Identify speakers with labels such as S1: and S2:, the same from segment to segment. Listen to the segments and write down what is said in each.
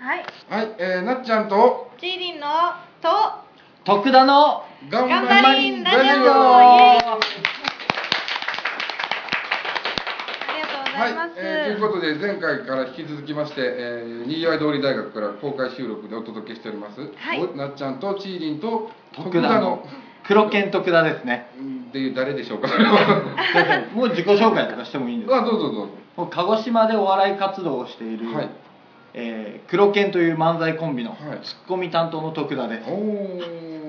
S1: はい、
S2: はい、えー、なっちゃんと
S1: チーリンのと
S3: 徳田の
S2: 頑
S1: 頑張りラジオイ
S2: ラ
S1: エーイ
S2: は
S1: ありがとうござ
S2: い
S1: います、、
S2: えーということで前回から引き続きまして、えー、にぎわい通り大学から公開収録でお届けしております、
S1: はい
S2: おなっちゃんとちーりんと
S3: 徳田の黒犬徳田ですね
S2: うんっていう誰でしょ うか
S3: もう自己紹介とかしてもいいんです
S2: あ
S3: か
S2: どうぞどうぞ
S3: もう鹿児島でお笑い活動をしている、
S2: はい
S3: えー黒犬という漫才コンビの
S2: はい
S3: ツッコミ担当の徳田です、
S2: おお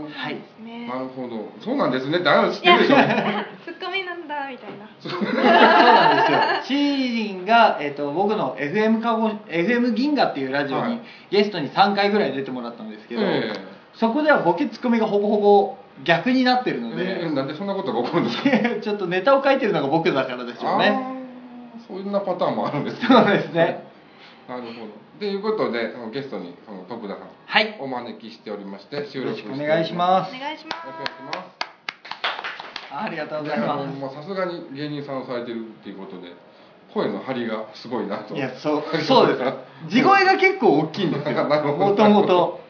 S2: ー
S3: はい
S1: ですね
S2: なるほどそうなんですねってあなた知ってるでしょ
S1: ツッコミなんだみたいな
S3: そうなんですよ。チーリンが、えっと僕の FM かご FM 銀河っていうラジオに、
S2: はい
S3: ゲストに3回ぐらい出てもらったんですけど、
S2: え
S3: そこではボケツッコミがほぼほぼ逆になってる
S2: え
S3: の
S2: え
S3: で、
S2: ーなんでそんなことが起こるんですか
S3: ちょっとネタを書いてるのが僕だからでしょうね。
S2: あーそんなパターンもあるんですね
S3: そうですね。
S2: なるほどということでそのゲストにその徳田さん
S3: はい。
S2: お招きしておりまして収
S3: よ
S2: 録
S3: ろしくお願いしま
S1: お
S3: す。
S1: 願いしま
S2: よろ
S1: す
S2: しくお願いします
S3: ありがとうございま
S2: もうさすがに芸人さんをされてるっていうことで声の張りがすごいな
S3: す。
S2: と
S3: いや、そう、そうです。地声が結構大きいんですよ。
S2: なるほど
S3: もともと。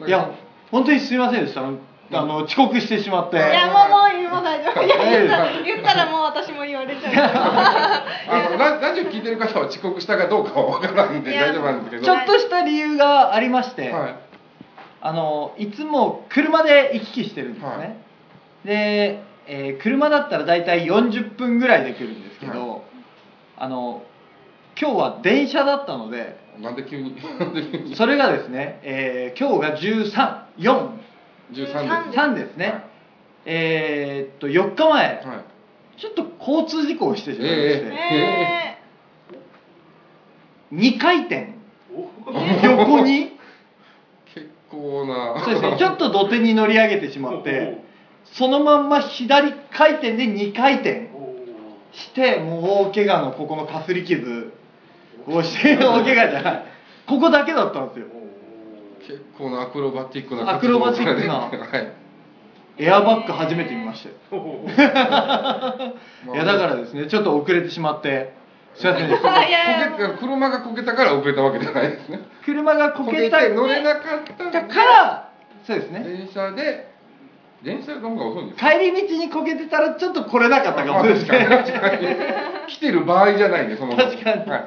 S3: い
S2: なん
S3: や
S2: か、
S3: 本当にすみませんでした。あの遅刻してしまって。
S1: いやもうもうもう大丈夫いや言った
S2: は
S1: ら言ったらもう私も言われちゃう
S2: あのララジオ聞いてる方は遅刻したかどうかは分からんで
S1: いや
S2: 大丈夫なんですけど
S3: ちょっとした理由がありまして、
S2: はい
S3: あのいつも車で行き来してるんですね、
S2: はい
S3: で、えー車だったら大体40分ぐらいで来るんですけど、
S2: は
S3: あの今日は電車だったので
S2: なんで急になんで急に
S3: それがですね、えー今日が
S2: 13
S1: 13
S2: です
S3: 134ですね、
S2: はい
S3: えーっと4日前、
S2: はい
S3: ちょっと交通事故をしてしまいまして、
S2: え
S1: ね
S3: 2回転横に
S2: 結構な
S3: そうですね、ちょっと土手に乗り上げてしまって、そのまんま左回転で2回転して、もう大怪我のここのかすり傷を して、大怪我じゃない、ここだけだったんですよ。
S2: 結構なアクロバティックな
S3: アクロバティックな
S2: 活動をされて
S3: エアバッグ初めて見ましたよ。
S2: はい
S3: いや、だからですね、ちょっと遅れてしまって、すいませんでし
S2: こ
S3: た。
S1: いやいや
S2: けた車がこけたから遅れたわけじゃないですね
S3: 車がこ
S2: こ
S3: け
S2: け
S3: た
S2: て
S3: か
S2: 乗れなかったんで
S3: ら、そうですね。
S2: 電車で電車の方が遅いんですか
S3: 帰り道にこけてたらちょっと来れなかったかもです
S2: まあ
S3: ね。
S2: 確かに確かに来てる場合じゃないんでその
S3: 確かに
S2: はい、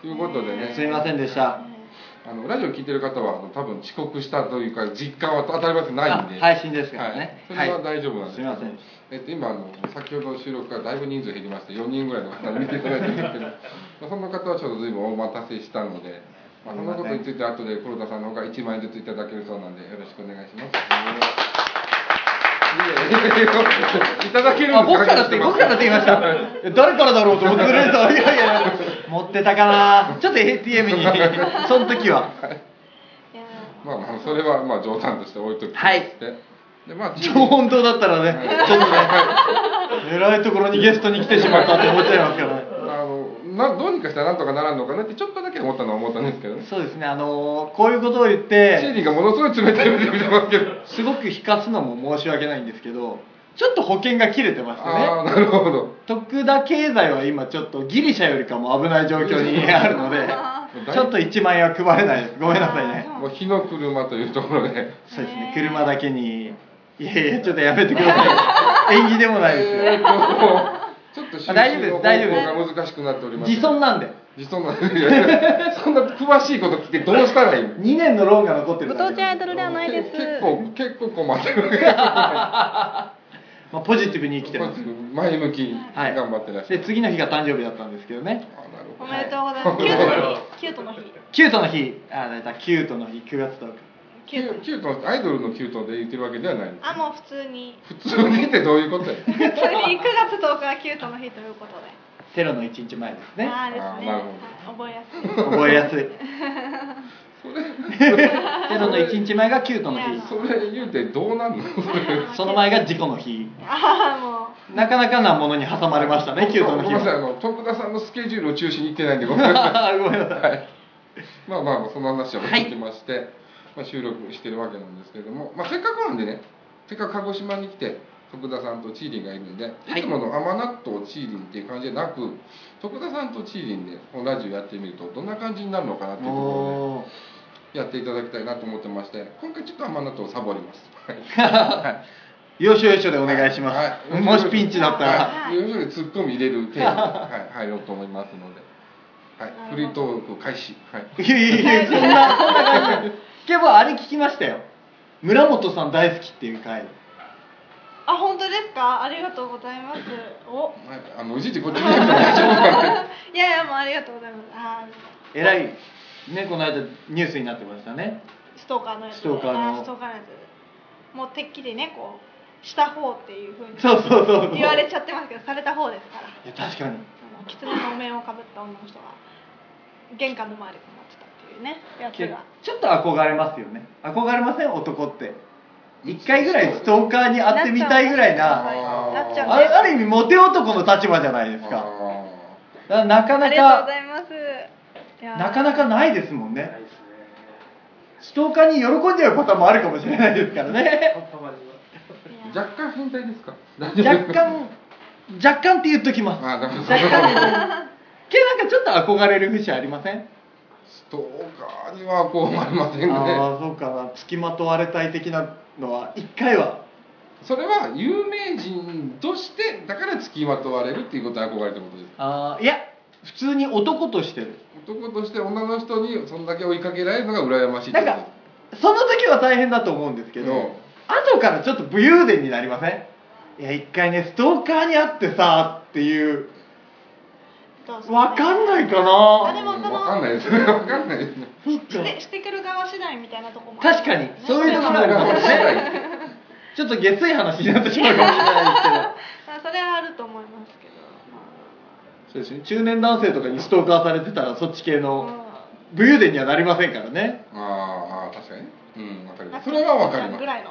S2: ということでね
S3: すいませんでした。
S2: あのラジオ聞いてる方はあの多分遅刻したというか実感は当たり前ないんで
S3: あ配信ですからね
S2: はい、それは
S3: はい
S2: 大丈夫なんですけど
S3: すいません
S2: えっと、今あの先ほどの収録からだいぶ人数減りまして4人ぐらいの方に見ていただいてるんですけどまあその方はちょっと随分お待たせしたので、まあ、そのことについて後で黒田さんの方が1万円ずついただけるそうなんでよろしくお願いしますいやいやいやいただけるんです
S3: あ僕からって僕からって言いました誰からだろうと思ってずるいといやいや持ってたかなちょっと ATM にその時は
S2: まあまあそれはまあ冗談として置いとくとして、
S3: はい
S2: でまあ
S3: 超本当だったらねちょっとね偉いところにゲストに来てしまったって思っちゃいますからね
S2: あのなどうにかしたらなんとかならんのかなってちょっとだけ思ったのは思ったんですけどね
S3: そうですねあのーこういうことを言っ
S2: シー
S3: て
S2: リーがものすごい冷たい目で見てますけど
S3: すごく引かすのも申し訳ないんですけどちょっと保険が切れてまして
S2: ああ
S3: ね
S2: なるほど
S3: 徳田経済は今ちょっとギリシャよりかも危ない状況 にあるので ちょっと1万円は配れないですごめんなさいね
S2: もう火の車というところで
S3: そうですね、車だけに、いやいや、ちょっとやめてく ださい、縁起でもないですよ、
S2: えーとちょっと収集
S3: あ大丈夫です
S2: の方
S3: 大丈夫
S2: 法が難しくなっております
S3: 自尊なんで、
S2: 自尊なんでいやいやそんな詳しいこと聞いてどうしたらいいの
S3: 2年のローンが残って
S1: え
S3: る
S1: ご
S3: だ
S1: 当
S3: け
S1: 地アイドルではないです
S2: 結構結構困ってる
S3: まあ、ポジティブに生きてます、
S2: 前向きに
S3: はい、
S2: 頑張ってらっしゃ
S3: で
S2: る、
S3: 次の日が誕生日だったんですけどね、
S2: あなる
S1: お
S2: ほど
S1: めでとうございますキュートの日キュートの日
S3: キュートの日、あだいたいキュートの日、9月10日、
S1: キ
S2: キ
S1: ュート
S2: ュ
S1: の日
S2: キュートンアイドルのキュートンで言ってるわけではない
S1: あもう普通に
S2: 普通にってどういうことや
S1: 普通に9月10日はキュートの日ということで
S3: テロの1日前ですね、
S1: ああですね
S2: あーなる
S1: はい覚えやすい
S3: 覚えや すい、
S2: それ
S3: テロの1日前がキュートの
S1: いや
S3: 日、
S2: それ言うてどうなんのそれ
S3: その前が事故の日、
S1: ああもう
S3: なかなかなものに挟まれましたね、キュート
S2: ご
S3: の日
S2: めんなさいあ
S3: は。
S2: の徳田さんのスケジュールを中心に行ってないんでごめんなさい
S3: ごめんな さい
S2: はいまあまあその話を聞きまして、まあ、収録してるわけなんですけれども、まあ、せっかくなんでねせっかく鹿児島に来て徳田さんとチーリンがいるんで、
S3: い
S2: い、つもの甘納豆チーリンっていう感じじゃなく徳田さんとチーリンでこのラジオやってみるとどんな感じになるのかなっていうところで
S3: おー
S2: やっていただきたいなと思ってまして今回ちょっと甘納豆をサボります
S3: よしよしょでお願いします、
S2: はい
S3: もしピンチだったら、
S2: はい要するにツッコミ入れる 程度に、はい、入ろうと思いますので、はい、フリートーク開始、はい、
S3: いやいやいやそんなそんな感じけどあれ聞きましたよ村本さん大好きっていう回
S1: あ本当ですかありがとうございますお
S2: はいあのいちいちこっち見なくても大丈夫かな
S1: いやいやもうありがとうございますあ
S3: えらいねこの間ニュースになってましたね
S1: ーストーカーのやつ
S3: ストーカーの
S1: あストーカーのやつもうてっきりねこうした方っていうふうに
S3: そうそうそうそう
S1: 言われち
S3: ゃ
S1: ゃってますけどされた方ですから
S3: ういや確かに
S1: 狐のお面をかぶった女の人が玄関の周りで待ってたっていうねやつ
S3: け
S1: が
S3: ちょっと憧れますよね憧れません男って一回ぐらいストーカーに会ってみたいぐらいな
S1: なっちゃう
S3: あ
S1: ね
S3: ある意味モテ男の立場じゃないですか
S2: あ
S3: だからなか
S1: あ
S3: な
S1: りがとうご
S3: か
S1: ざいますいやー
S3: なかなかないですもん
S4: ない
S3: ね
S4: ですね。
S3: ストーカーに喜んじゃうパターンもあるかもしれないですからね
S4: たまには。
S2: ー若干変態ですか大丈夫
S3: 若干若干って言っときます
S2: あーなるほど
S3: 若干って言っときますけどなんかちょっと憧れる節ありません
S2: ストーカーにはこう思いませんね
S3: ああそうかな付きまとわれたい的なのは一回は
S2: それは有名人としてだから付きまとわれるっていうことに憧れてることです
S3: ああいや普通に男としてる
S2: 男として女の人にそんだけ追いかけられるのが羨ましいって
S3: なん
S2: こと
S3: かその時は大変だと思うんですけど、
S2: うん
S3: 後からちょっと武勇伝になりませんいや一回ねストーカーに会ってさっていう
S1: どうする
S3: わかんないか
S1: あでも
S3: な
S1: その
S2: わかんないですねわかんないですね
S3: そっ
S1: し
S3: か
S1: てしてくる側次第みたいなとこもある
S3: 確かにそういうところありますよねちょっと下水話になってしまうかもしれないですけど
S1: あそれはあると思いますけど、
S3: そうですね中年男性とかにストーカーされてたらそっち系の
S1: まあ
S3: 武勇伝にはなりませんから ね
S2: あーあー確かにねうんわか
S1: う
S2: り
S1: ん
S2: ますそれはわか
S1: なっちゃ
S2: りま
S1: ん
S2: す
S1: ぐらいの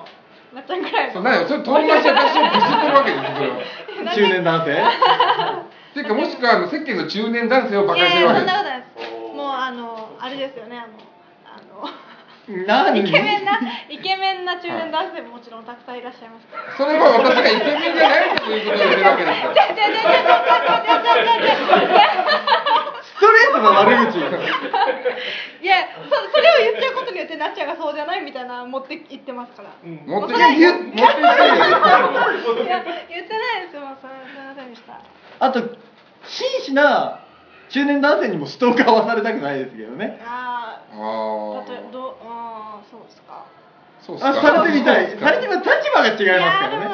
S1: なっちゃんぐらい
S2: そ
S1: の
S2: うなんよそれ友達私を愚痴ってるわけですよそれは
S3: 中年男性
S2: ていうかもしくはあの世間の中年男性を馬
S1: い
S2: 鹿に
S1: や
S2: して
S1: い
S2: る
S1: や
S2: わけ
S1: そんなことないで
S2: です
S1: す
S4: おー
S1: もうあのあれですよねあのあの
S3: 何
S1: イケメンなイケメンな中年男性ももちろんたくさんいらっしゃいます から
S2: それは私がイケメンじゃないということを言ってるわけですよ
S1: じゃじゃじゃじゃじゃじゃじゃじゃじ
S3: ストレートな悪口
S1: ゃいやそそれを言っちゃうことによってなっちゃんがそうじゃないみたいなの持って行ってますから
S4: うん。
S2: 持って
S1: それは
S2: 言っ持ってきて
S1: い
S2: よ
S1: や言ってないですもうそれすいませんでした
S3: あと真摯な中年男性にもストーカーはされたくないですけどね
S1: ああ
S2: あ
S1: 例えばどうあーそうですか
S2: あそうっすか
S3: あされてみたい
S2: そうっす
S3: さ
S2: か
S3: れてみたい立場が違います
S1: い
S3: か
S1: や
S3: らね
S1: でも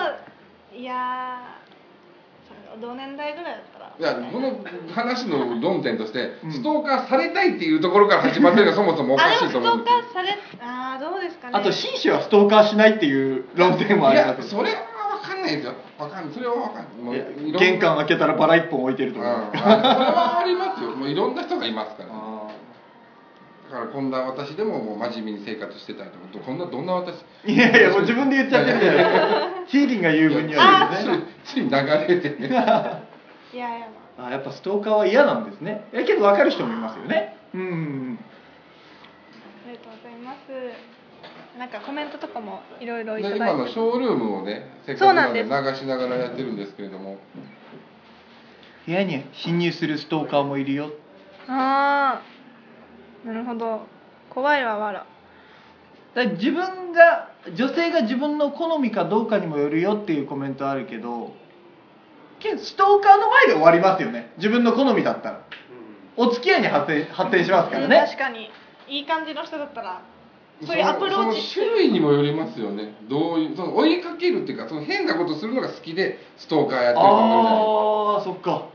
S1: いやーそれ同年代ぐらいだったら
S2: いやこの話の論点として
S3: うん
S2: ストーカーされたいっていうところから始まってるのがそもそもお
S1: あ
S2: か
S1: で
S2: し
S1: も
S2: い
S1: ス
S2: と
S1: ト
S2: 思うん
S1: ー
S2: で
S1: カーされあーどうですかね
S3: あと紳士はストーカーしないっていう論点も
S2: い
S3: あり
S2: や
S3: ます
S2: それは分かんないですよ分かんないそれは分かんないもう
S3: いや
S2: いろんな
S3: 玄関
S2: うん
S3: 開けたらバラ一本置いてると
S2: それ
S3: か
S2: はありますよもういろんな人がいますからだ
S3: あ
S2: からこんな私でももう真面目に生活してたりとかこんなどんな私
S3: ーいやいやもう自分で言っちゃってるじゃない ですかシーリンが言う分にはですね
S2: つい流れてね
S1: いやいや
S3: あやっぱストーカーは嫌なんですねいやけど分かる人もいますよねうん
S1: ありがとうございますなんかコメントとかもいろいろいただい
S2: で
S1: て
S2: 今のショールームをねせっ
S1: そ
S2: か
S1: う
S2: く
S1: な
S2: なんん
S1: で
S2: です流しながらやってるんですけれども
S3: 部屋に侵入するストーカーもいるよ
S1: ああなるほど怖いわわら
S3: だから自分が女性が自分の好みかどうかにもよるよっていうコメントあるけどけどストーカーの前で終わりますよね自分の好みだったらお付き合いに発展発展しますから
S1: うん確
S3: ね
S1: かにいい感じの人だったらそういうアプローチ
S2: そのその種類にもよりますよねどういうその追いかけるっていうかその変なことするのが好きでストーカーやってると思
S3: あーそっか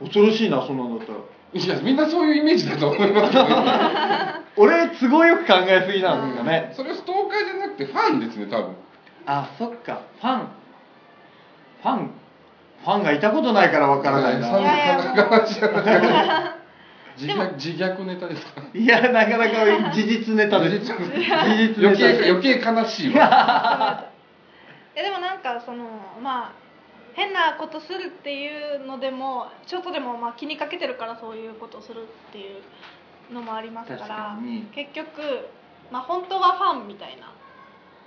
S3: 恐ろしいなそんなんだったら
S2: うじゃないですかいやみんなそういうイメージだと思いますけど、
S3: 俺都合よく考えすぎなんですかね、
S2: それはストーカーじゃなくてファンですね多分
S3: あそっかファンファンファンがいたことないからわからない
S2: そん
S1: い
S2: な
S1: やや
S3: な
S2: そんな話じゃない自虐自虐ネタですか
S3: いやなかなか事実ネタで
S2: 事
S3: す事
S2: 実
S3: 実
S2: 余
S3: ネタ
S2: 計
S3: です
S2: 余計悲しいわ
S1: いやでもなんかそのまあ変なことするっていうのでもちょっとでもまあ気にかけてるからそういうことするっていうのもありますから
S3: 確かに
S1: 結局まあ本当はファンみたいな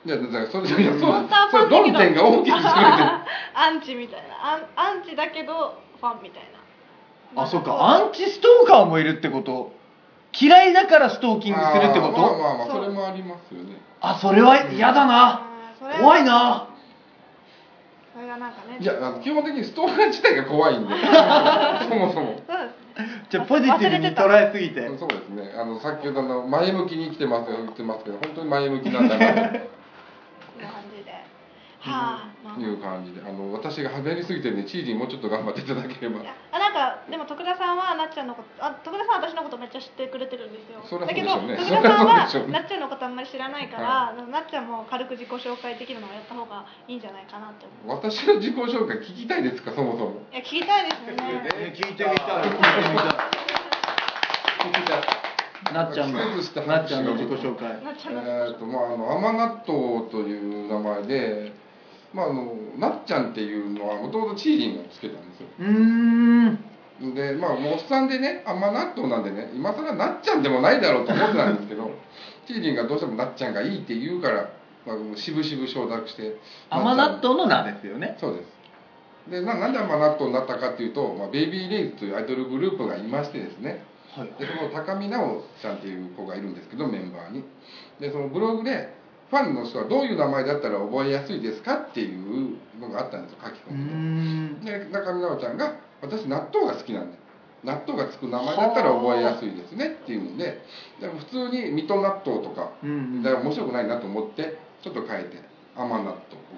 S1: い
S2: やだからそれいやそう
S1: 本当は
S2: そ
S1: ファ
S2: れ
S1: ンだけど
S2: 論点が大きく作れてる
S1: アンチみたいなアンアンチだけどファンみたいな
S3: あそっかアンチストーカーもいるってこと嫌いだからストーキングするってこ
S2: あーまあ
S3: と
S2: まあまあ
S1: そう
S2: それもありますよね
S3: あそれは嫌だな
S1: あーそれは
S3: 怖いな
S1: それがなんかね
S2: いやあの基本的にストーカー自体が 怖いんでそもそ
S1: そうで
S2: も
S1: すね
S3: じゃあポジティブに捉えすぎて
S2: そうですねあのさっき言ったあの前向きに生きてますよ言ってますけど本当に前向きなんだなと
S1: こんな感じではあ、まあ
S2: いう感じであの私が喋りすぎてるんでチーリーもうちょっと頑張っていただければ
S1: いやあなんかでも徳田さんはなっちゃんのことあ徳田さんは私のことめっちゃ知ってくれてるんですよ
S2: そりゃ
S1: だ
S2: そう
S1: け
S2: でし
S1: ど
S2: ょう
S1: 徳
S2: ね
S1: 田さんは
S2: そりゃそうでしょうね
S1: なっちゃんのことあんまり知らないから、なっちゃんも軽く自己紹介できるのをやった方がいいんじゃないかなって思う
S2: 私の自己紹介聞きたいですかそもそも
S1: いや聞きたいですね
S3: ね聞いてみたい聞いてみたいなっちゃんの
S2: 季節した話
S3: なっちゃんの自己紹介
S1: なっちゃんの自己
S2: え
S1: 紹
S2: っとまああの甘納豆という名前でまああのなっちゃんっていうのはもともとチーリーがつけたんですよ
S3: うーん
S2: でまあもうおっさんでね甘納豆なんでね今更なっちゃんでもないだろうと思ってたんですけどチーリンがどうしてもなっちゃんがいいって言うから、まあ、渋々承諾して
S3: 甘
S2: なっちゃん
S3: 納豆の名ですよね
S2: そうですでななんで甘納豆になったかっていうと、まあ、ベイビーレイズというアイドルグループがいましてですね
S3: はい
S2: でその高見直ちゃんっていう子がいるんですけどメンバーにでそのブログでファンの人はどういう名前だったら覚えやすいですかっていうのがあったんですよ書き
S3: うー
S2: 込みで
S3: ん
S2: で中身奈緒ちゃんが「私納豆が好きなんで納豆がつく名前だったら覚えやすいですね」っていうんででも普通に水戸納豆とか
S3: う
S2: だ
S3: ん
S2: から面白くないなと思ってちょっと変えて甘納豆を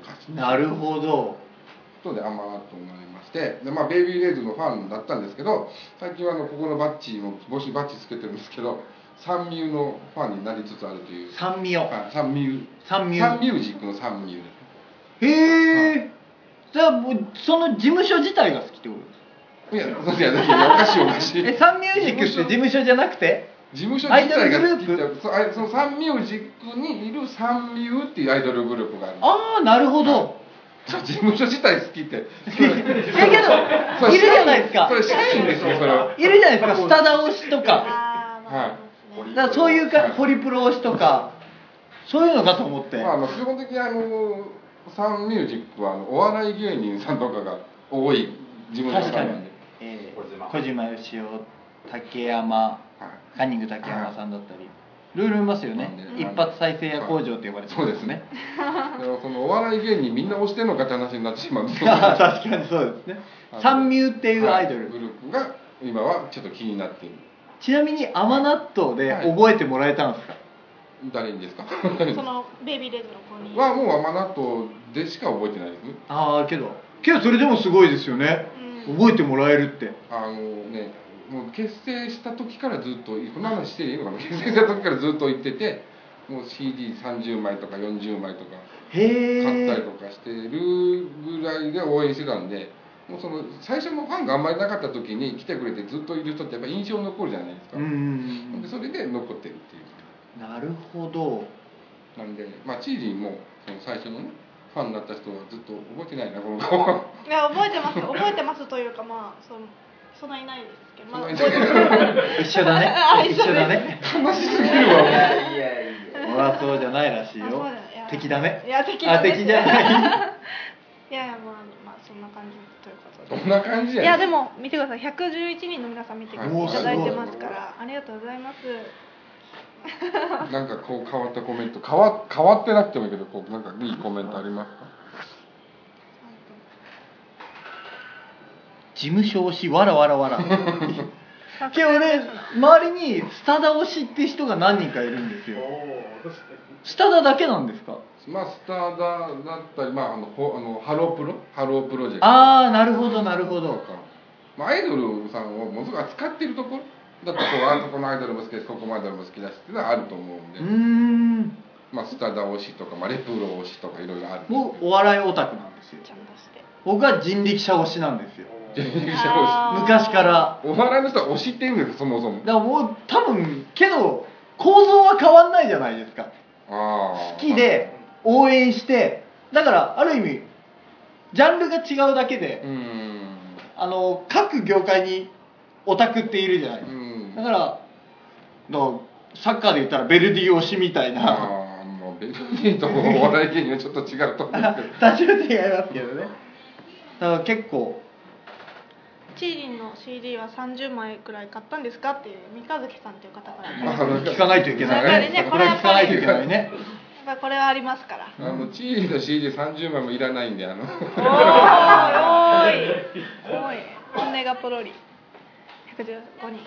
S2: 貸して
S3: なるほど
S2: ことで甘納豆になりましてで、まあ、ベイビーレイズのファンだったんですけど最近はあのここのバッジも帽子バッジつけてるんですけど三ミューのファンになりつつあるという
S3: 酸味を
S2: あ三ミュ
S3: 酸味
S2: ーサン
S3: を
S2: ミュージックの三ミューです
S3: へえじゃあもうその事務所自体が好きってことですか
S2: いや、そういや、いやおかしいおかしい。
S3: えサンミュージックって事務所じゃなくて
S2: 事務所自体が好きっ
S3: アイドルグルー
S2: てそうあそのサンミュージックにいるサンミューっていうアイドルグループがある
S3: ああなるほど
S2: じゃあ事務所自体好きってそ
S3: え
S2: れ
S3: け
S2: そ
S3: ど
S2: れ
S3: いるじゃないですか
S2: それ社員ですよそれはい
S3: るじゃないですかスタダ推しと
S1: 介
S3: か
S1: あーまあ、
S2: はい
S1: そうですね
S3: だからそういうか
S2: はい
S3: ホリプロ推しとかそういうのかと思って
S2: まあ、あの基本的にあのサンミュージックはあのお笑い芸人さんとかが多い事務所
S3: 確
S2: さ
S3: か
S2: ん
S3: に
S2: なんで、
S3: え
S4: 小島
S3: ー、小島よしお竹山
S2: はい
S3: カンニング竹山さんだったりいろいろいますよね
S2: なんで
S3: 一発再生屋工場って呼ばれてます
S2: そうです ねでもそのお笑い芸人みんな推してんのかって話になってしまうんですけ ど
S3: あー確かにそうですねサンミューっていうアイド
S2: は
S3: ル
S2: グループが今はちょっと気になっている
S3: ちなみに甘納豆で覚えてもらえたんですか、
S2: 誰にですか
S1: そのベイビーレイズの子に
S2: はもう甘納豆でしか覚えてないですね
S3: ああけどけどそれでもすごいですよね、
S1: うん
S3: 覚えてもらえるって
S2: あのねもう結成した時からずっとこの話していいのかな結成した時からずっと言っててもう CD30 枚とか40枚とか
S3: へえ
S2: 買ったりとかしてるぐらいで応援してたんでもうその最初のファンがあんまりなかった時に来てくれてずっといる人ってやっぱ印象に残るじゃないですか、
S3: うんうんうん
S2: でそれで残ってるっていう
S3: なるほど
S2: なんでまあチーリーもその最初のねファンになった人はずっと覚えてないなこの顔 は。
S1: いや覚えてます覚えてますというかまあそのそんないないですけど、まあ、
S2: そん
S1: 覚
S2: な
S1: えてま
S2: い
S1: す
S3: 一緒だ ね
S1: あ一緒です
S3: だね
S2: 悲しすぎるわもう
S4: やいやいや
S3: 俺はそうじゃないらしいよ
S1: あそうだよいや
S3: 敵だね
S1: いや敵だね
S3: あ敵じゃない
S1: いやいやまあまあそんな感じということで
S2: どん な感じや
S1: いやでも見てください111人の皆さん見ていた
S2: はい
S1: だいてますからありがとうございます
S2: なんかこう変わったコメント変わ変わってなくてもいいけどこうなんかいいコメントありますか
S3: 事務所推しわらわらわら
S1: さす
S3: けど
S1: が
S3: 俺
S1: です
S3: 周りにスタダ推しって人が何人かいるんですよ
S4: おー
S3: スタダだけなんですか
S2: まあスターダだったり、まあ、あのほあのハロープロハロープロジェクト
S3: ああなるほどなるほど
S2: まあ、アイドルさんをものすごく扱ってるところだってこ うあそこのアイドルも好きだしここのアイドルも好きだしっていうのはあると思うん
S3: う
S2: で、
S3: ーん
S2: まあ、スタダ推しとか、まあ、レプロ推しとかいろいろあるんです
S3: もうお笑いオタクなんですよ
S1: ちゃんとして
S3: 僕は人力車推しなんですよ
S2: 人力車推し
S1: あー
S3: 昔から
S2: お笑いの人は推しって言うんですよそもそも
S3: だからもう多分けど構造は変わんないじゃないですか
S2: ああ
S3: 好きで応援してだからある意味ジャンルが違うだけ
S2: う
S3: で
S2: ーん
S3: あの各業界にオタクっているじゃないで
S2: う
S3: すか
S2: ん
S3: だからのサッカーで言ったらベルディ推しみたいな
S2: ああもうベルギーとお笑い芸人はちょっと違う と思うんですけど
S3: 多少違いますけどねだから結構
S1: チーリンの CD は30枚くらい買ったんですかっていう三日月さんという方から
S3: ま
S1: や
S3: あ
S1: っ
S3: それは聞かないといけないね
S1: やっ
S3: こ
S1: ぱり
S3: れは
S1: ね
S3: 聞かないといけないね
S1: ぱこれはありますから
S2: あのチーリの CD30 枚もいらないんであ の
S1: おーおーいおい本音がポロリ115人
S2: はい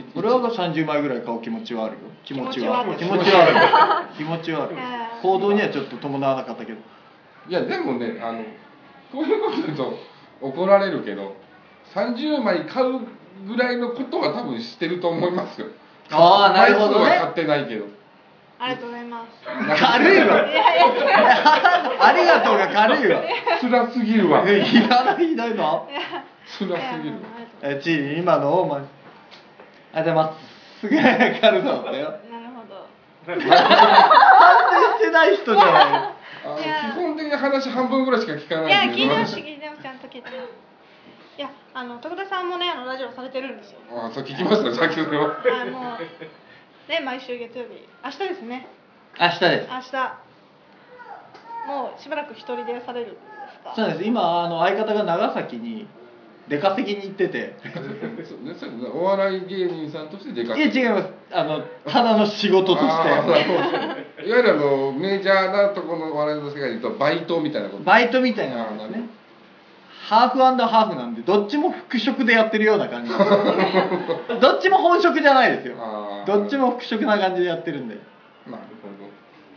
S2: 一
S3: 俺は30枚ぐらい買う気持ちはあるよ気持ちは気
S1: 気
S3: 持
S1: 持
S3: ち
S1: ち
S3: はある気持ちはある
S1: うん
S3: 行動にはちょっと伴わなかったけど
S2: いやでもねあのこういうこと言うと怒られるけど30枚買うぐらいのことは多分してると思いますよ
S3: あーなるほどね
S2: 枚数は買ってないけど
S1: ありがとうございます
S3: 軽いわ ありがとうが軽いわ
S2: 辛すぎるわ
S3: え
S2: 辛す
S3: いらないいらないの
S2: ぎるわ
S1: いやありがとうござい
S3: えチーリン今のをまあでますすげえ軽さだ ったよ
S1: ますなるほど
S3: 反省してない人じゃない
S2: あの
S1: いや
S2: 基本的に話半分ぐらいしか聞か
S1: い
S2: な
S1: や
S2: いんで
S1: 聞いてます聞いてますちゃんと聞いてますいやあの徳田さんもねあのラジオされてるんですよ
S2: あそう聞き ましたさっきそれは
S1: あもうね毎週月曜日明日ですね
S3: 明日です
S1: 明日もうしばらく一人でされるんですか
S3: そうなんです今あの相方が長崎に出稼ぎに行ってて
S2: そうねそうねお笑い芸人さんとしてでか
S3: いや違いますあのただの仕事とし
S2: あー
S3: て
S2: いわゆるあのメジャーなとこの笑いの世界で言うとバイトみたいなこと
S3: バイトみたいなの
S2: あー
S3: です
S2: なるほ
S3: ねハーフハーフなんでどっちも服飾でやってるような感 じどっちも本職じゃないですよ
S2: あー
S3: どっちも服飾な感じでやってるんで
S2: なる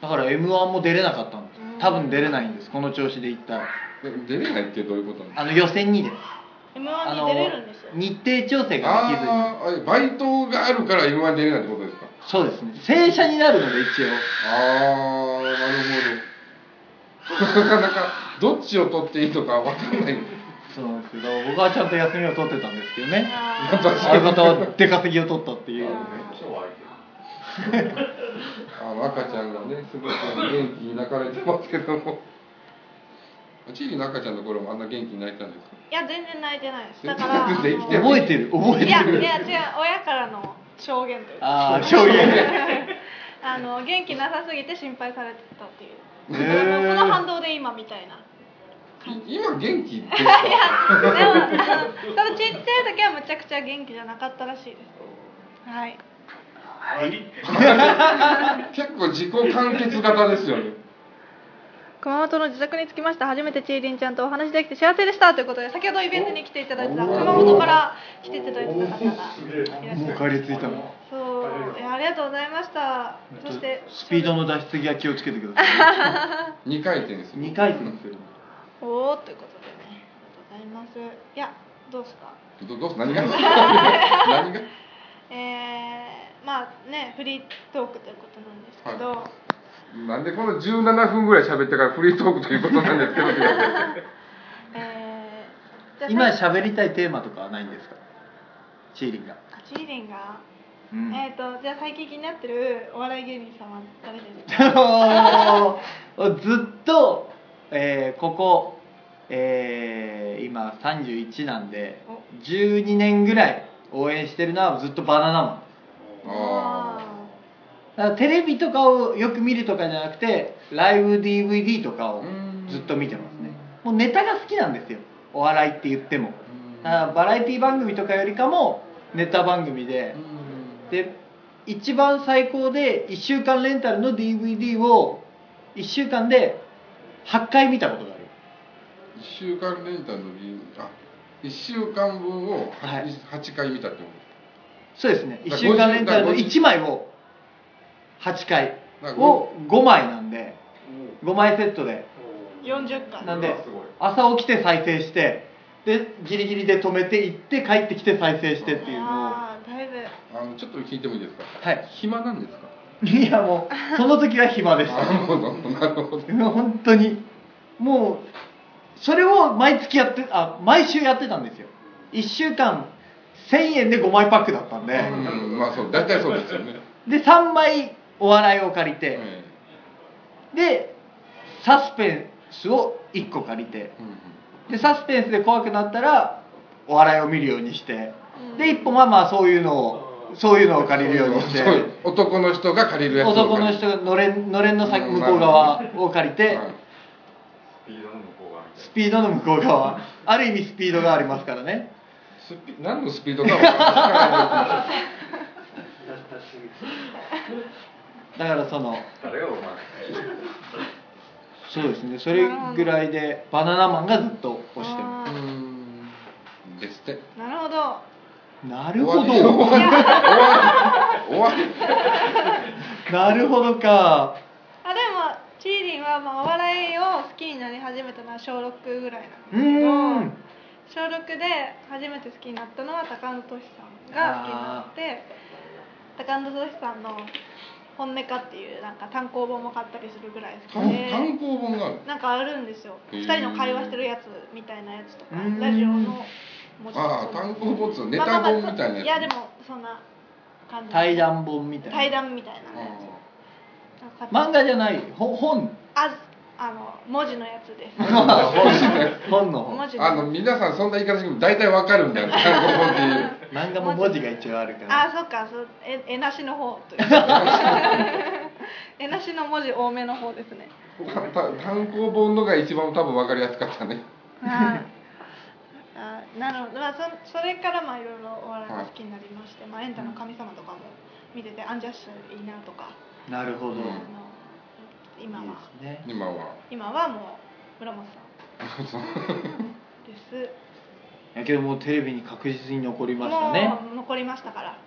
S2: ほ
S3: だから m 1も出れなかったんです多分出れないんですこの調子でいったら
S2: どで出れないってどういうことなの
S3: あの予選にです
S1: m
S3: あ
S1: 1
S3: の
S1: に出れるんですよ
S3: 日程調整ができずに
S2: あーあバイトがあるから m 1出れないってことですか
S3: そうですね正社になるので一応
S2: ああなるほどなかなかど っちを取っていいとかわかんない
S3: そうなんですけど僕はちゃんと休みを取ってたんですけどね
S1: あー
S3: 相方は出稼ぎを取ったっていう
S2: あの赤ちゃんがねすごく元気に泣かれてますけどもチリの赤ちゃんの頃もあんな元気に泣いてたんですか
S1: いや全然泣いてないですだ からあの
S2: 全然生きて
S3: 覚えてる覚え
S1: い
S3: て
S1: やい
S3: る
S1: や違う親からの証言というか
S3: ああ証言
S1: あの元気なさすぎて心配されてたっていう
S3: へ
S1: そ
S3: ー
S1: のその反動で今みたいな。
S2: い今元気ですか
S1: いや、でも、あのそのちっちゃい時はむちゃくちゃ元気じゃなかったらしいです。はい。
S2: 結構自己完結型ですよね
S1: 熊本の自宅に着きました初めてちーりんちゃんとお話できて幸せでしたということで先ほどイベントに来ていただいた熊本から来ていただいてた方がいらっし
S3: も
S1: ゃ
S3: う
S1: る
S3: 帰り着いたの
S1: そういやありがとうございましたそして
S3: スピードの出しすぎは気をつけてください
S2: 2回転ですよ
S3: 2回転する
S1: おおということでねありがとうございますいやどうですか
S2: どどうす何 が何が
S1: えー、まあねフリートークということなんですけど、
S2: なんでこの17分ぐらい喋ってからフリートークということなんですけど
S1: えー、
S3: 今
S1: ゃ
S3: 喋りたいテーマとかはないんですかチーリンが、
S1: あチーリンが、
S3: うん、
S1: えっ、ー、とじゃあ最近気になってるお笑い芸人さんは誰ですか
S3: ずっと、えーここ、えー今31なんで12年ぐらい応援してるのはずっとバナナマン
S2: あ
S3: だからテレビとかをよく見るとかじゃなくてライブ DVD とか
S2: あ
S3: をずっと見てますねもうネタが好きなんですよお笑いって言ってもだからバラエティ番組とかよりかもネタ番組でで一番最高で1週間レンタルの DVD を1週間で8回見たことがある
S2: 1週間レンタルの理由あ1週間分を 8,、
S3: はい
S2: 八回見たってこ
S3: そうですね
S2: だ
S3: 1
S2: から
S3: 週間レンタルの
S2: 50
S3: 1枚を8回
S2: だから
S3: を5枚なんで5枚セットで
S1: 40回
S3: なん
S1: で
S3: で朝起きて再生してでギリギリで止めて行って帰ってきて再生してっていうのをは
S1: ああだいぶ
S2: とあのちょっと聞いてもいいですか
S3: い
S2: 暇なんですか
S3: いやもうその時は暇で し
S2: な
S3: た
S2: るほどなるほど
S3: うん本当にもうそれを毎月やってあ毎週やってたんですよ1週間1000円で5枚パックだったんで、
S2: うんまあそう大体そうですよね、
S3: で3枚お笑いを借りて、
S2: え
S3: でサスペンスを1個借りて
S2: えうんうん
S3: でサスペンスで怖くなったらお笑いを見るようにして
S1: うん
S3: で1本はまあそういうのをそういうのを借りるようにし
S2: そう
S3: て
S2: いう男の人が借りるやつ
S3: 男の人がのれんのれんの先
S2: うん
S3: 向こう側を借りて、
S2: はい
S4: スピードの向こう側み
S3: スピードの向こう側
S4: たい
S3: ある意味スピードがありますからね
S2: スピ何のスピードかは
S3: だからその
S4: 誰がお前
S3: そうですねそれぐらいでバナナマンがずっと押してま
S2: 分からな いうーんですって
S1: なるほど
S3: すなるほど
S2: 終わり終わり終わり
S3: なるほどか
S1: あでもチーリンはまあお笑いを好きになり始めたのは小6ぐらいなん
S3: うー
S1: で
S3: ん
S1: すけど小6で初めて好きになったのは高野俊さんが好きになって高野俊さんの「本音か」っていうなんか単行本も買ったりするぐらい好き
S2: 単
S1: で
S2: 単行本がある
S1: なんかあるんですよ
S2: へー
S1: 2人の会話してるやつみたいなやつとか
S3: うん
S1: ラジオの文字と
S2: あ
S1: か
S2: あ単行本っつうのネタ本みたいな
S1: やついやで
S2: や
S1: もそんな感じ
S3: 対談本みたいな
S1: 対談みたいな
S2: つ
S1: やつなんか
S3: 漫画じゃないほ本
S1: あずあの文字のやつです
S3: 本の
S1: 文
S3: 本
S1: 字
S2: あの
S1: の
S2: 皆さんそんな言い方しても大体わかるんだよ単行本っていう
S3: 漫画も文字が一応あるから
S1: あそっかそうええなしの方というえなしの文字多めの方ですね
S2: たた単行本のが一番多分わかりやすかったね
S1: はいあなるほど、まあ、そそれからまあいろいろお笑いが好きになりまして、まあ、エンタの神様とかも見ててアンジャッシュいいなとか
S3: なるほど、
S2: うん
S3: いい
S1: あの今は
S3: ですね
S2: 今は
S1: 今はもう村本さんです
S3: いやけどもうテレビに確実に残りましたね
S1: もう残りましたから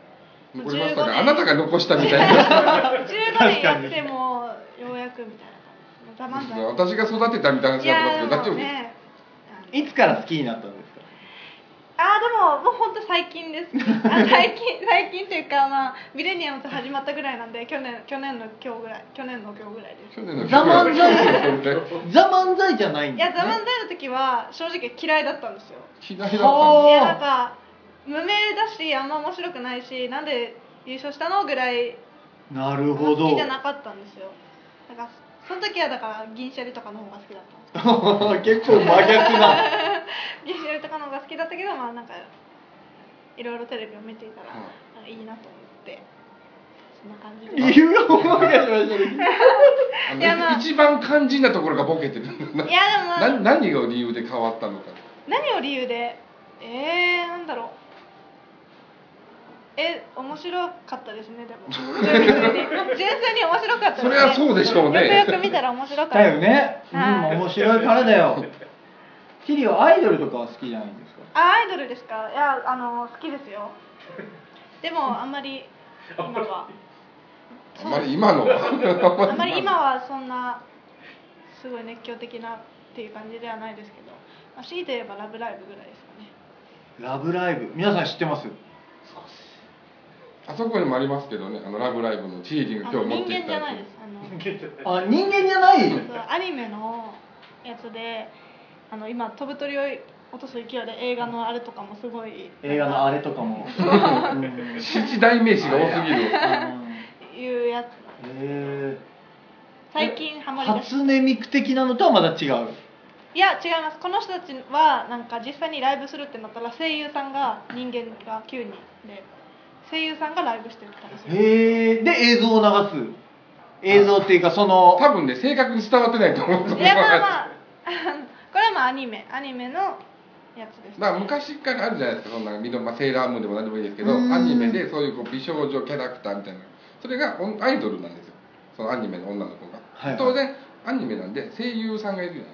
S2: 残りました
S1: 15
S2: か
S1: 年
S2: あなたが残したみたいな
S1: 15年やってもようやくみたいな感じ「ザ・漫才」
S2: 私が育てたみたいな話
S1: い
S2: だと思
S1: や
S2: う
S1: で
S2: ん
S1: もねあの
S2: ですけど大丈夫
S3: いつから好きになったんですか
S1: あーでももう本当最近ですねあ最近最近っていうかまあミレニアムズ始まったぐらいなんで去年去年の今日ぐらい去年の今日ぐらいです
S2: 去年の
S3: ザ漫才
S2: 嫌いだっ
S3: ザ漫才じゃないん
S1: い
S3: だ
S1: や「
S3: よね
S1: ザ・漫才」の時は正直嫌いだったんですよ
S2: た
S1: い
S3: は
S2: の
S1: やなんか無名だしあんま面白くないしなんで優勝したのぐらい
S3: なるほ
S1: 好
S3: ど
S1: きじゃなかったんですよだからその時はだから銀シャリとかの方が好きだったんです
S3: 結構真逆な
S1: 銀シャリとかの方が好きだったけどまあなんかいろいろテレビを見ていたらなんかいいなと思ってそんな感じで
S3: 理由を思い出しましたね
S2: あの
S1: いやまあ
S2: 一番肝心なところがボケてるんだ
S1: いやでも
S2: な何が理由で変わったのか
S1: 何を理由でえー、なんだろうえ面白かったですねでも純粋に純粋に面白かったです、ね、
S2: それはそうでしょうね
S1: よくよく見たら面白かった
S3: だよね、うん、
S1: はい
S3: 面白いからだよキリはアイドルとかは好きじゃないんですか
S1: あアイドルですかいやあの好きですよでもあんまり今は
S2: あまり今のは
S1: あんまり今はそんなすごい熱狂的なっていう感じではないですけど、まあ、強いて言えば「ラブライブ!」ぐらいですかね
S3: ラブライブ皆さん知ってます
S2: あそこにもありますけどね「あのラブライブ!」のチーリンが
S1: あ
S2: 今
S1: の
S2: 日持
S1: 人
S2: っ
S1: 間じ
S2: てきた
S1: ゃ
S2: や
S1: ないで
S2: つ
S1: すあの
S3: あ人間じゃない
S1: そうアニメのやつであの今飛ぶ鳥を落とす勢いで映画のあれですかもすごい
S3: 映画のあれとかも、うん
S2: 七代名詞が多すぎる
S1: いうやつ
S3: え
S1: 最近ハマりだし
S3: 初音ミク的なのとはまだ違う
S1: いや違いますこの人たちはなんか実際にライブするってなったら声優さんが人間が9人で声優さんがライブしてたりする
S3: へえで映像を流す映像っていうかその
S2: 多分ね正確に伝わってないと思う
S1: いやまあまあこれはまあアニメアニメのやつです、ね、
S2: まあ昔からあるじゃないですかそんな、みのまあ、セーラームーンでも何でもいいですけど
S3: うん
S2: アニメでそういうこう美少女キャラクターみたいなそれがおんアイドルなんですよそのアニメの女の子が、
S3: はいはい
S2: 当然アニメなんで声優さんがいるじゃな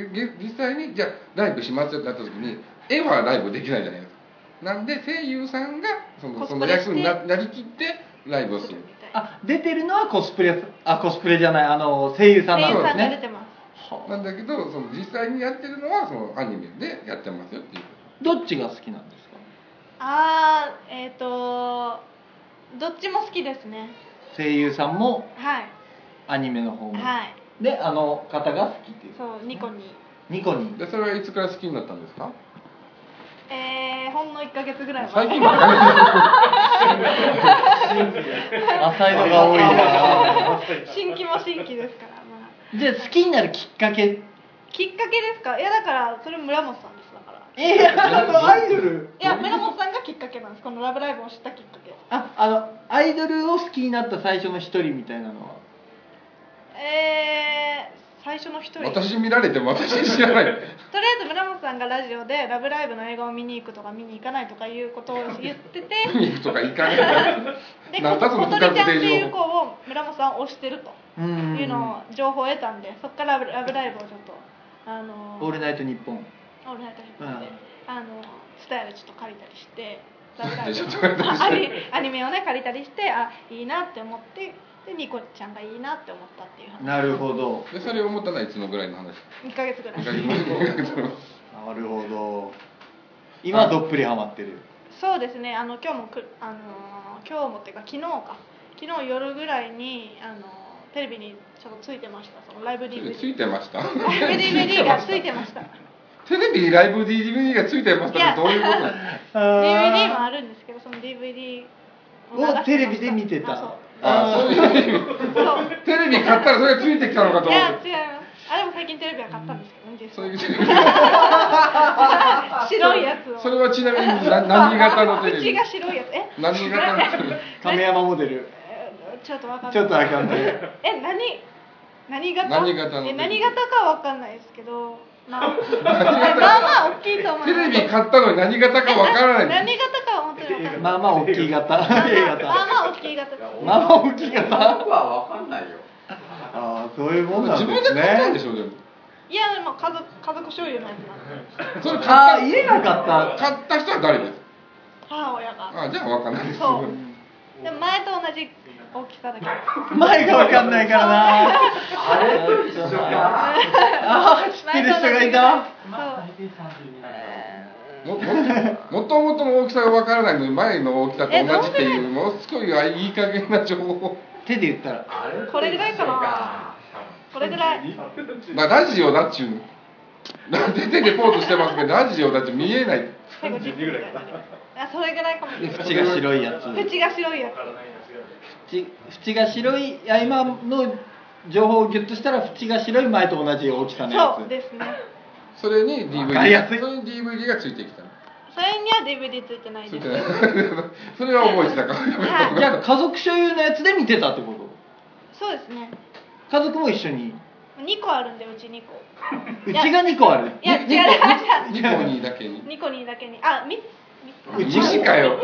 S2: いですかでげ実際にじゃあライブしますよってなった時に絵はライブできないじゃないですかなんで声優さんがその
S1: コス
S2: そ
S1: プ
S2: の
S1: レ
S2: 役に
S1: し
S2: な
S1: て
S2: なりきってライブをす
S1: す
S2: る
S1: るみたいな
S3: あ出てるのはコスプレあコスプレじゃないあの声優さん
S1: 声
S3: な
S1: 優さん
S3: んです
S1: が出
S3: ね
S1: てます
S3: はあ
S2: なんだけどその実際にやってるのはそのアニメでやってますよっていう
S3: どっちが好きなんですか
S1: ああえっ、とどっちも好きですね
S3: 声優さんも
S1: はい
S3: アニメの方も、
S1: はい
S3: であの方が好きっていう
S1: そうニコニ
S3: ニコ ニ
S2: でそれはいつから好きになったんですか
S1: えー、ほんの1か月ぐらい前
S2: 最近ばっかり
S3: 浅いのが多いな
S1: 新規も新規ですから、まあ、
S3: じゃあ好きになるきっかけ
S1: きっかけですかいやだからそれ村本さんですだからい
S3: えやあのアイドル
S1: や村本さんがきっかけなんですこの「ラブライブ!」を知ったきっかけ
S3: ああのアイドルを好きになった最初の一人みたいなのは
S1: えー、最初の一人
S2: 私見られても私知ら ない
S1: とりあえず村本さんがラジオで「ラブライブ!」の映画を見に行くとか見に行かないとかいうことを言って て
S2: 見るとか行かない
S1: で
S2: な
S1: こ
S2: んだその
S1: 小鳥ちゃんって
S2: 不確定情報
S1: いう子を村本さん推してると
S3: うん
S1: いうのを情報を得たんでそこからラブ「ラブライブ!」をちょっとあの
S3: オールナイトニッポン
S1: オールナイトニッポンで、
S3: う
S1: あ
S3: ん
S1: のスタイルちょっと借りたり してラブライ
S2: で
S1: ブ
S2: ちょっと待って
S1: アニアニメをね借りたりしてあいいなって思ってでニコちゃんがいいなって思ったっていう話
S3: なるほど
S2: でそれ思ったのはいつのぐらいの話
S1: 2ヶ月ぐらい
S2: 二ヶ月前
S3: なるほど今どっぷりハマってる
S1: そうですねあの今日もく、あのー今日もっていうか昨日か昨日夜ぐらいに、あのーテレビにちょっとついてましたそのライブ DVD
S2: ついてました
S1: ライブ DVD がついてました
S2: テレビにライブ DVD がついてましたってどういうこと
S1: DVD も
S3: あ
S1: あるんですけどその DVD 流してまし
S3: をテレビで見てた
S1: あそう
S2: あそういう
S1: そう
S2: テレビ買ったらそれがついてきたのかと
S1: い
S2: 思
S1: や
S2: っ
S1: 違い
S2: て
S1: ますあでも最近テレビは買ったんですけどね実
S2: そう
S1: 際
S2: いう
S1: 白いやつを
S2: それはちなみにな何型のテレ
S1: うち
S2: ビ
S1: が白いやつえ
S2: 何型のテレビ
S3: 亀山モデル
S1: えーちょっとわかんない
S3: ちょっとあかんね
S1: え何何型
S2: 何型の
S1: え何型かわかんないですけどまあまあまあ大きいと思い
S2: テ
S1: ま
S2: レ
S1: す
S2: ビ買ったのに何型かわからない
S1: 何型かは本当にわかんない
S3: まあまあ大きい型
S1: ま
S3: A
S1: あまあ
S3: 型
S1: まあ大きい型です
S3: まあまあ大きい
S4: 僕
S3: 型
S4: は分かんないよ
S3: ああそういうもんな
S2: 自
S3: んで
S2: 分
S3: す
S2: で買ったんで
S3: ね
S2: しょでも
S1: いやでも家族家族所有のやつなんで
S2: それ買っ
S3: ああ
S2: た
S3: 家が買った
S2: 買った人は誰です
S1: 母親が
S2: あじゃあわかんないです
S1: そうでも前と同じ大きさだけど
S3: 前がわかんないからな
S4: あれと一緒か
S3: ああ知ってる人がいた
S1: そう
S2: もももともとの大きさがわからないのに前の大きさと
S1: えど
S2: 同
S1: う
S2: じ
S1: す
S2: って
S1: ればいい
S2: いうものすごいいい加減な情報
S3: 手で言ったら
S4: あれ
S1: これぐらいかなこれぐらい
S2: まあラジオだっちゅうの全然レポートしてますけどラジオだっちゅう見えない
S1: 最後10分ぐらいだねあそれぐらいかもしれない
S3: 縁が白いやつ
S1: 口が白いやつ
S3: 縁縁が白いあ今の情報をギュッとしたら縁が白い前と同じ大きさのや
S1: そう
S3: つ
S1: ですね
S2: それに DVD
S3: わかりやすい
S2: それに DVD がついてきたの
S1: それには DVD ついてない
S2: つい
S1: で
S2: て
S1: す
S2: ない それは覚えてたから
S1: はい
S3: じゃあ家族所有のやつで見てたってこと
S1: そうですね
S3: 家族も一緒に
S1: 2個あるんでうち2個
S3: うちが2個ある
S1: いや違う違う
S2: ニコニーだけに
S1: 2個にだけにあ三つ三つ
S3: うち
S2: 虫かよ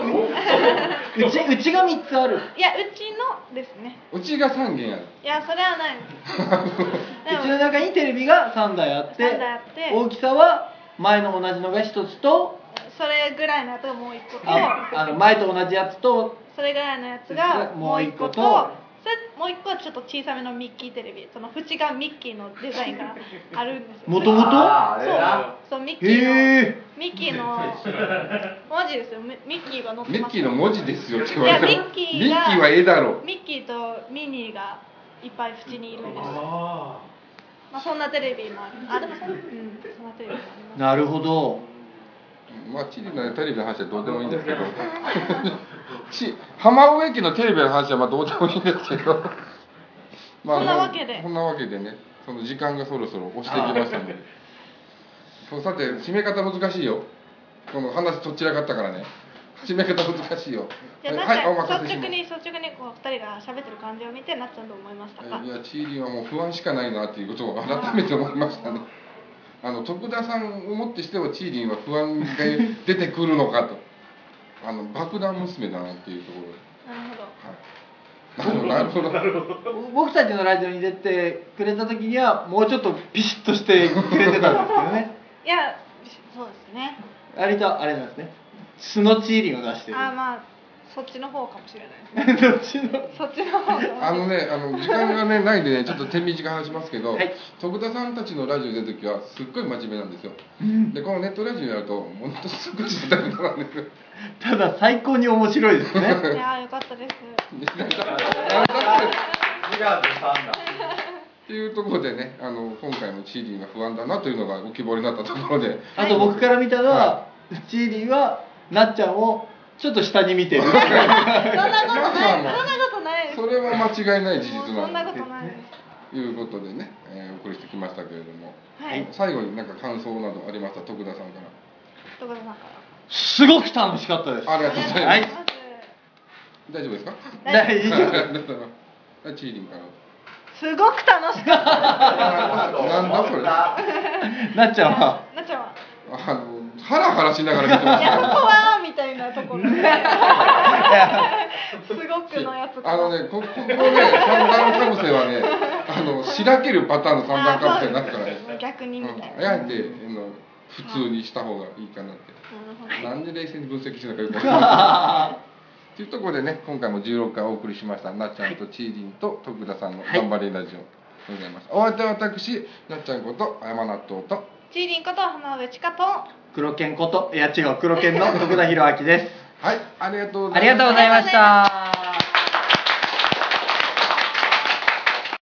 S3: うちうちが3つある
S1: いやうちのですね
S2: うちが3軒 ある
S1: いやそれはないです
S3: うち
S1: で
S3: の
S1: も
S3: 中にテレビが3台あって
S1: 三台あって
S3: 大きさは前の同じのが1つと
S1: それぐらいのやつがもう1個と
S3: ああの前と同じやつと
S1: それぐらいのやつがも
S3: も
S1: う
S3: う
S1: 1
S3: 一
S1: 個
S3: 個
S1: と
S3: と
S1: それもう1個はちょっと小さめのミッキーテレビその縁がミッキーのデザインがあるんですよ
S3: もともと
S4: あーあれな
S1: そうそうミッキーの
S3: へえ
S1: ミッキーのマジですよミミッキーが乗って
S2: ミ
S1: ま
S2: ッ
S1: す
S2: キーの文字ですよって言われたら
S1: いやミッキーが
S2: ミッキーは絵だろ
S1: ミッキーとミニーがいっぱい縁にいるんですまあそんなテレビもあるあでもそ,、うん、そんなテレビもあります
S3: なるほど
S2: まあ、チリのテレビの話はどうでもいいんですけど ち浜上家のテレビの話はまあどうでもいいんですけど
S1: そんなわけで
S2: そんなわけでねその時間がそろそろ押してきましたのでそうさて締め方難しいよこの話とっちらかったからね締め方難しいよ
S1: じゃあ
S2: はいお
S1: なん
S2: 任
S1: か率
S2: せし
S1: 直
S2: ま
S1: に率直にこう二人が喋ってる感じを見てなっちゃんどう思いましたか
S2: すいやチリはもう不安しかないなっていうことを改めて思いましたねあの徳田さんをもってしてはチーリンは不安が出てくるのかとあの爆弾娘だなっていうところ
S1: なる
S2: で
S1: ほど
S2: はいなるほどなるほど
S3: 僕たちのラジオに出てくれた時にはもうちょっとピシッとしてくれてたんですけど ね
S1: いやそうですね
S3: 割とあれなんですね素のチーリンを出してる
S1: あーまあそっちの方かもしれないですね
S3: ど っちの
S1: そっちの方かもしれ
S2: あ
S1: ない
S2: のねあの時間がねないんでねちょっと手短に話しますけど、
S3: はい
S2: 徳田さんたちのラジオ出る時はすっごい真面目なんですよでこのネットラジオやるともうほんとすごい時代なん ですよ
S3: ただ最高に面白いですね
S1: いやーよかった です
S4: 自画自賛だ
S2: っていうところでねあの今回もチーリンが不安だなというのが浮き彫りになったところで
S3: あと僕から見たのは、チーリンはなっちゃんをちょっと下に 見てる
S1: そ
S3: は
S1: んなことないそん
S2: ま
S1: な
S2: あまあ
S1: ことないです
S2: それは間違いない事
S1: もう
S2: 実
S1: そんな
S2: な
S1: こ
S2: んで
S1: とないです
S2: ということでね、えーお送りしてきましたけれども、
S1: はい
S2: 最後になんか感想などありました徳田さんから
S1: 所さんから
S3: すごく楽しかったです
S2: ありがとうございます、
S3: はい
S1: ます
S2: 大丈夫ですか
S3: 大丈夫
S2: はいチーリンから
S1: すごく楽しかった
S2: なんだそれあ
S3: なっちゃんは
S1: なっちゃんは
S2: のハラハラしながら見てま
S1: い
S2: し
S1: やそこ
S2: た
S1: はみたいなところで すごくのやつ
S2: あのねこここのね三段かぶせはねあのしらけるパターンの三段かぶせになるからね
S1: あ逆にみたい
S2: うん、
S1: な、
S2: やってあの普通にした方がいいかなって、なんで冷静に分析しなきゃよくわかん ないというところでね今回も16回お送りしましたなっちゃんとちーりんと徳田さんの「頑張れラジオ」でございました、お相手は私なっちゃんこと山納豆と
S1: チーリンこと浜辺千佳と
S3: 黒犬こといや違う黒犬の徳田博明です
S2: はいありがとうご
S5: あ
S2: ざいます
S5: りがとうございました。